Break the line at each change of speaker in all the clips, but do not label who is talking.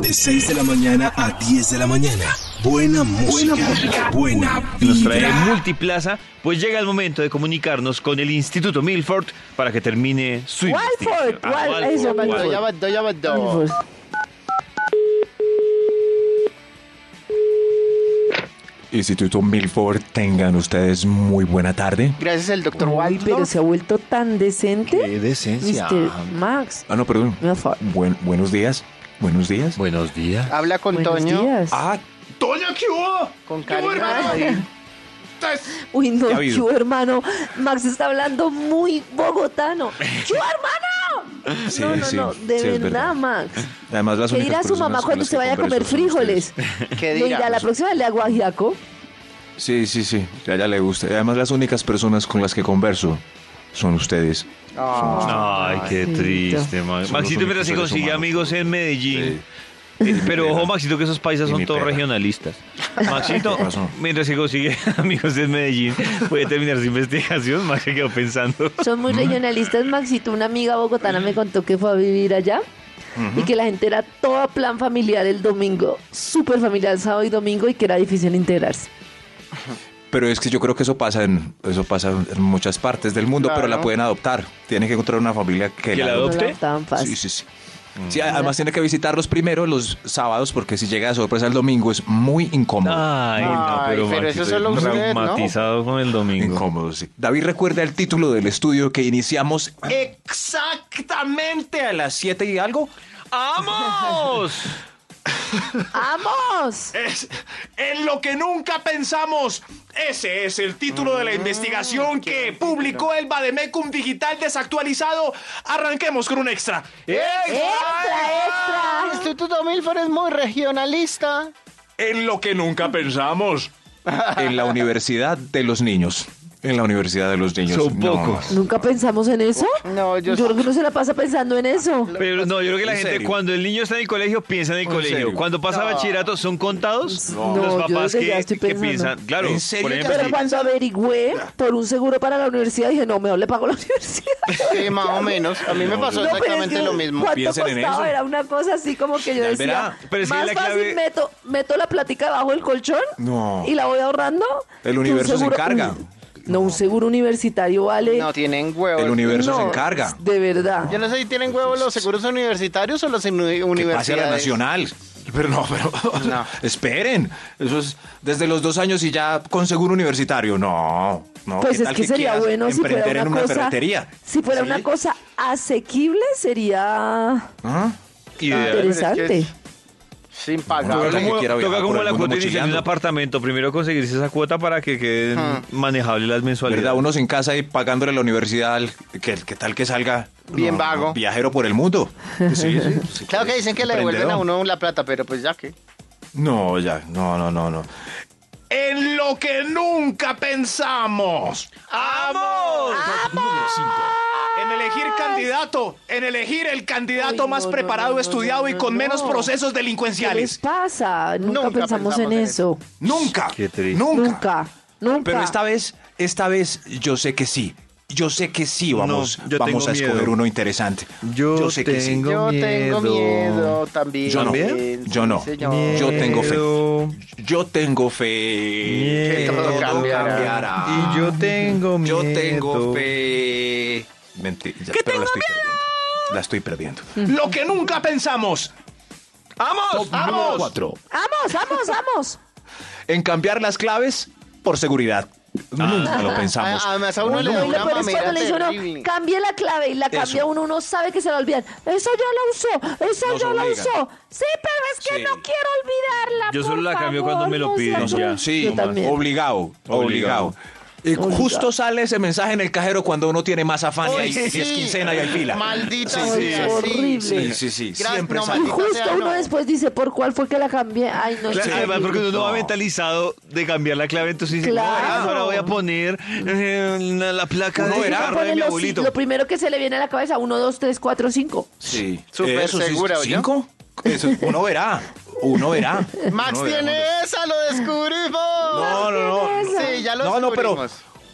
De 6 de la mañana a 10 de la mañana. Buena música. Buena música. Buena
que nos trae
vibra.
Multiplaza, pues llega el momento de comunicarnos con el Instituto Milford para que termine su
Walford,
investigación. Ah,
Wal- eso,
Walford.
Walford.
Ya mandó, ya mandó.
Milford.
Instituto Milford, tengan ustedes muy buena tarde.
Gracias al doctor
Uy, pero
Waldo.
se ha vuelto tan decente.
Qué decencia.
Mr. Max.
Ah, no, perdón.
Milford.
Buen- buenos días. Buenos días.
Buenos días.
Habla con
Buenos
Toño.
días.
Ah,
Con Karen.
Uy, no,
¿Qué ha habido?
chu hermano. Max está hablando muy bogotano. ¡Chu hermano!
Sí,
no, no,
sí,
no. De
sí, es
verdad,
verdad.
Max.
además las
¿Qué dirá
únicas
su mamá
personas con
cuando
las
se
que
vaya a comer
converso son
frijoles?
¿Qué
No, y a
dirá?
la próxima le hago ajiaco.
ustedes. Sí, sí, sí. Ya, ya le gusta. Además las únicas personas con las que converso son ustedes.
Ah.
Ay, qué
Maxito.
triste, Ma-
Son
Maxito,
los
pero se
únicos seres
consigue
humanos.
amigos en Medellín. Eh,
Sí. Y mi
Pero
perra.
ojo, Maxito, que esos paisas
Y
son
mi
todos
perra.
regionalistas. Maxito,
Con razón.
mientras que consigue amigos en Medellín, puede terminar su investigación. Max se quedó pensando.
Son muy regionalistas, Maxito. Una amiga bogotana me contó que fue a vivir allá y que la gente era toda plan familiar el domingo, súper familiar el sábado y domingo y que era difícil integrarse.
Pero es que yo creo que eso pasa en, eso pasa en muchas partes del mundo, pero la
Claro.
pueden adoptar. Tienen que encontrar una familia que,
la
No
adopte?
la adoptaban fácil.
Sí, sí, sí.
Mm.
Sí, además tiene que visitarlos primero los sábados porque si llega de sorpresa el domingo es muy incómodo.
Ay, no,
Ay,
pero,
pero
Maxito,
eso solo usted, ¿no?
traumatizado con el domingo.
Incómodo, sí. David recuerda el título del estudio que iniciamos exactamente a las 7 y algo.
¡Vamos!
¡Vamos!
Es en lo que nunca pensamos. Ese es el título de la investigación que publicó el Bademecum Digital desactualizado. Arranquemos con un extra.
¡Eh! ¡Extra, extra!
Instituto Milford es muy regionalista.
En lo que nunca pensamos.
En la Universidad de los Niños. En la Universidad de los Niños.
Son
No,
pocos.
¿Nunca pensamos en eso?
No, yo-
creo que uno se la pasa pensando en eso.
Pues
Pero no, yo creo que la
¿En
gente
serio?
cuando el niño está en el colegio piensa en el
¿En
colegio.
serio?
Cuando pasa bachillerato son contados
No,
los
yo
papás
desde
que,
ya estoy
que
pensando.
piensan. Claro,
¿En serio?
por ejemplo,
Pero
sí.
cuando averigüé por un seguro para la universidad, dije, no, mejor le pago a la universidad.
Sí, más o menos. A mí me pasó
No, pero
exactamente
es que
lo mismo.
¿Cuánto
Piensen en
costaba?
eso.
Era una cosa así como que yo
Ya
decía,
verá,
pero es que
más
la
fácil
clave-
meto, meto la platica debajo del colchón
No.
y la voy ahorrando. que
El
un
universo se encarga.
un- no, un seguro universitario vale...
No tienen huevos.
El universo se
No,
encarga.
De verdad.
Yo no sé si tienen huevos los seguros universitarios o las inu-
Que pase a la
universidades.
nacional. Pero no, pero
No.
esperen. Eso es desde los dos años y ya con seguro universitario. No, no.
Pues
¿qué
es
tal
que, sería
quieras
bueno si fuera
emprender
una,
en una
cosa,
ferretería.
si fuera
Sí.
una cosa asequible sería
¿Ah?
Ideal.
interesante.
es Es impagable.
Bueno,
Toca
Alguien
como,
que quiera
toca
viajar
como
por el
la
mundo
cuota inicial de un
mochileando.
apartamento. Primero conseguirse esa cuota para que queden
Ah.
manejables las mensualidades.
¿Verdad? Unos en casa y pagándole la universidad, al- que, que tal que salga
Bien vago.
viajero por el mundo. Sí, sí, sí.
Claro que dicen que le devuelven a
Emprendedor.
uno la plata, pero pues ya que.
No, ya, no, no, no, no.
En lo que nunca pensamos.
¡Vamos!
En elegir candidato. En elegir el candidato
Ay,
más
no, no,
preparado,
no, no,
estudiado y
no,
con
no.
menos procesos
¿Qué les
delincuenciales.
pasa? Nunca,
Nunca
pensamos,
pensamos
en
en
eso.
Nunca.
Qué triste.
Nunca.
Nunca. Nunca.
Pero esta vez, esta vez yo sé que sí. Yo sé que sí vamos,
yo
vamos
tengo
a
miedo.
escoger uno interesante.
Yo
sé que sí.
tengo-
Yo tengo miedo también.
Yo no.
Sí,
Yo no.
señor.
Yo tengo fe.
Miedo.
Yo tengo fe.
Miedo.
Que todo cambiará.
Y yo tengo
Yo
miedo.
tengo fe. Mentira, ya, pero la estoy perdiendo. La estoy perdiendo.
Lo que nunca pensamos.
¡Vamos! ¡Vamos!
¡Vamos, vamos, vamos!
En cambiar las claves por seguridad. Nunca lo pensamos.
Ah, Además, a uno le
No,
da
y lo
una
peor es cuando
mamera
le dice uno,
terrible.
cambie la clave y la cambia
Eso.
uno, uno sabe que se la olvidan. Eso ya la usó, eso
Nos
ya la
obligan.
usó. Sí, pero es que
Sí.
no quiero olvidarla.
Yo solo
por
la cambio
favor,
cuando me lo
no
piden,
seas
ya.
grosero.
Sí,
Yo también.
obligado, obligado. Y
Obligado.
justo sale ese mensaje en el cajero cuando uno tiene más afán y, hay-
Ay,
y es
sí.
quincena y hay fila.
Maldita
Sí, sí,
sea,
sí.
sí.
Horrible.
Sí, sí, sí.
Gracias,
Siempre
no,
sale.
Y
maldita
justo
sea,
uno
no.
después dice, ¿por cuál fue que la cambié? Ay, no
Claro,
es
además,
terrible.
porque uno no va mentalizado de cambiar la clave, entonces dice,
Claro.
no, ahora voy a poner eh, la, la placa
Uno
del
verá.
carro
Pone
de mi
los-
abuelito.
Lo primero que se le viene a la cabeza, 1, 2, 3, 4, 5.
Sí.
Súper
Eso sí,
segura, ¿oyó?
¿Cinco? Eso, uno verá. Uno verá.
Max
Uno verá,
tiene
uno-
esa, lo descubrimos.
No, no, no.
Sí, ya lo
no, no, pero
descubrimos.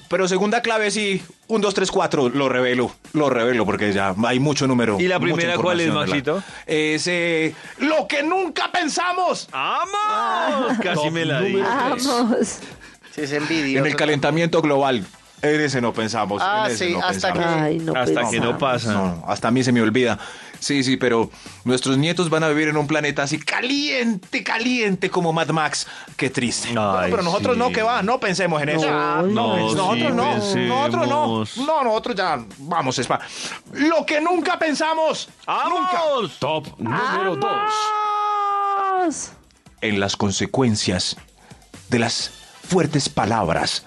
Pero segunda clave sí, 1, 2, 3, 4, lo revelo, lo revelo porque ya hay mucho número.
¿Y la
mucha
primera cuál es,
información de la-
Maxito?
Es eh,
Lo que nunca pensamos.
¡Vamos! Casi
Top
me la di.
número tres.
Vamos.
Sí, es envidioso.
en el calentamiento global. En ese no pensamos.
Ah,
en ese
sí,
no
hasta
pensamos.
Ay, no
Hasta que no
pensamos.
pasa.
Ah, pues No, no, hasta a mí se me olvida. Sí, sí, pero nuestros nietos van a vivir en un planeta así caliente, caliente como Mad Max. Qué triste.
Ay,
pero nosotros
sí.
no, que va, no pensemos en eso.
No, no,
pens- nosotros
sí,
no,
pensemos.
nosotros no. No, nosotros ya vamos, spa. Lo que nunca pensamos.
¡Vamos!
Top número 2.
Vamos.
En las consecuencias de las fuertes palabras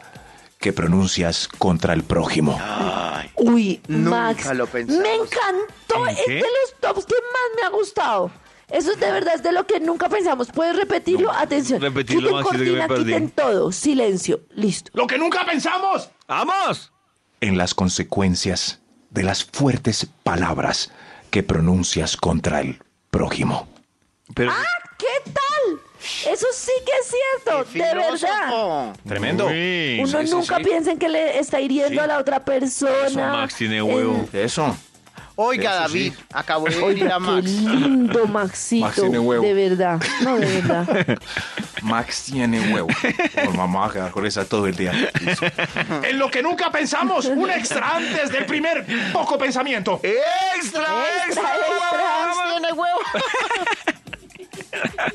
que pronuncias contra el prójimo.
Ah.
Uy,
Nunca
Max.
lo pensamos.
Me encantó.
¿En
Es
qué?
de los tops que más me ha gustado. Eso es de verdad es de lo que nunca pensamos. ¿Puedes repetirlo? Atención.
repetirlo,
quiten
Maxito, que me
cortina,
perdí.
quiten todo. Silencio. Listo.
Lo que nunca pensamos.
¡Vamos!
En las consecuencias de las fuertes palabras que pronuncias contra el prójimo.
Pero,
¡Ah! ¿Qué tal? Eso sí que es cierto.
Qué
De
filósofo.
verdad.
Tremendo.
Uy.
Uno
Sí, sí,
nunca
sí.
piensa en que le está hiriendo a la otra persona.
Eso, Max tiene huevo.
En-
Eso.
Oiga,
Eso sí.
David, acabo de
Oiga,
ir a Max.
Qué lindo, Maxito.
Max tiene huevo.
De verdad. No, de verdad.
Max tiene huevo. Por mamá va a quedar con esa todo el día.
En lo que nunca pensamos. Un extra antes del primer poco pensamiento.
¡Extra,
Extra, extra.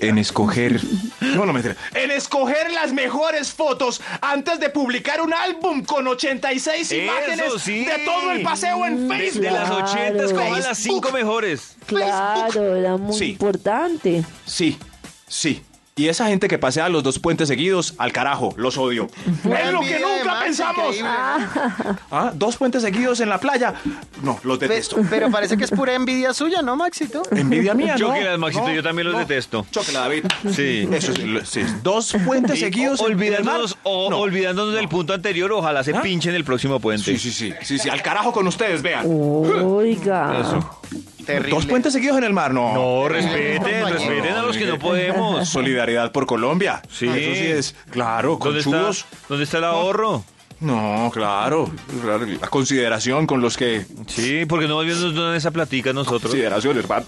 En escoger. No, no mentira.
En escoger las mejores fotos antes de publicar un álbum con 86
Eso
imágenes
sí.
de todo el paseo en Facebook.
De las 80 escojan las 5 mejores.
Claro, era muy
Sí.
importante.
Sí, sí. Y esa gente que pasea los dos puentes seguidos, al carajo, los odio.
En lo que nunca pensamos.
Ah, dos puentes seguidos en la playa. No, los detesto.
Pero, pero parece que es pura envidia suya, ¿no, Maxito?
Envidia mía, ¿no?
Chóquelas, Maxito, yo también los detesto.
Chóquela, David.
Sí.
Eso es, lo- sí, Dos puentes
Y
seguidos.
o-
en-
olvidándonos, o,
No.
olvidándonos del punto anterior, ojalá se
¿Ah?
pinchen el próximo puente.
Sí, sí, sí, sí, sí, al carajo con ustedes, vean.
Oiga.
Eso.
Terrible.
Dos puentes seguidos en el mar, no.
No, respeten,
No,
respeten a los que no
Miguel.
podemos.
Solidaridad por Colombia.
Sí.
Eso sí es. Claro, con
¿Dónde está,
churros.
¿Dónde está el ahorro?
No, claro, claro, La consideración con los que.
Sí, porque no más bien nos dan esa platica a nosotros.
Consideración, hermano.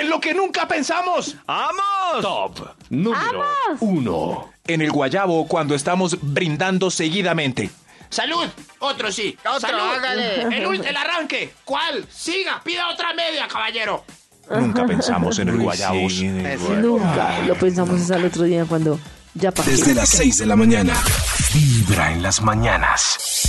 En lo que nunca pensamos.
¡Vamos!
Top número 1.
En el guayabo cuando estamos brindando seguidamente.
Salud. Otro sí.
Otro,
Salud.
hágale.
El, ul- el arranque. ¿Cuál? Siga. Pida otra media, caballero.
Nunca pensamos en el
Uy,
guayabo.
sí, en el-
Nunca. Lo pensamos hasta el otro día cuando ya pasó.
Desde las 6 de la mañana. Vibra en las mañanas.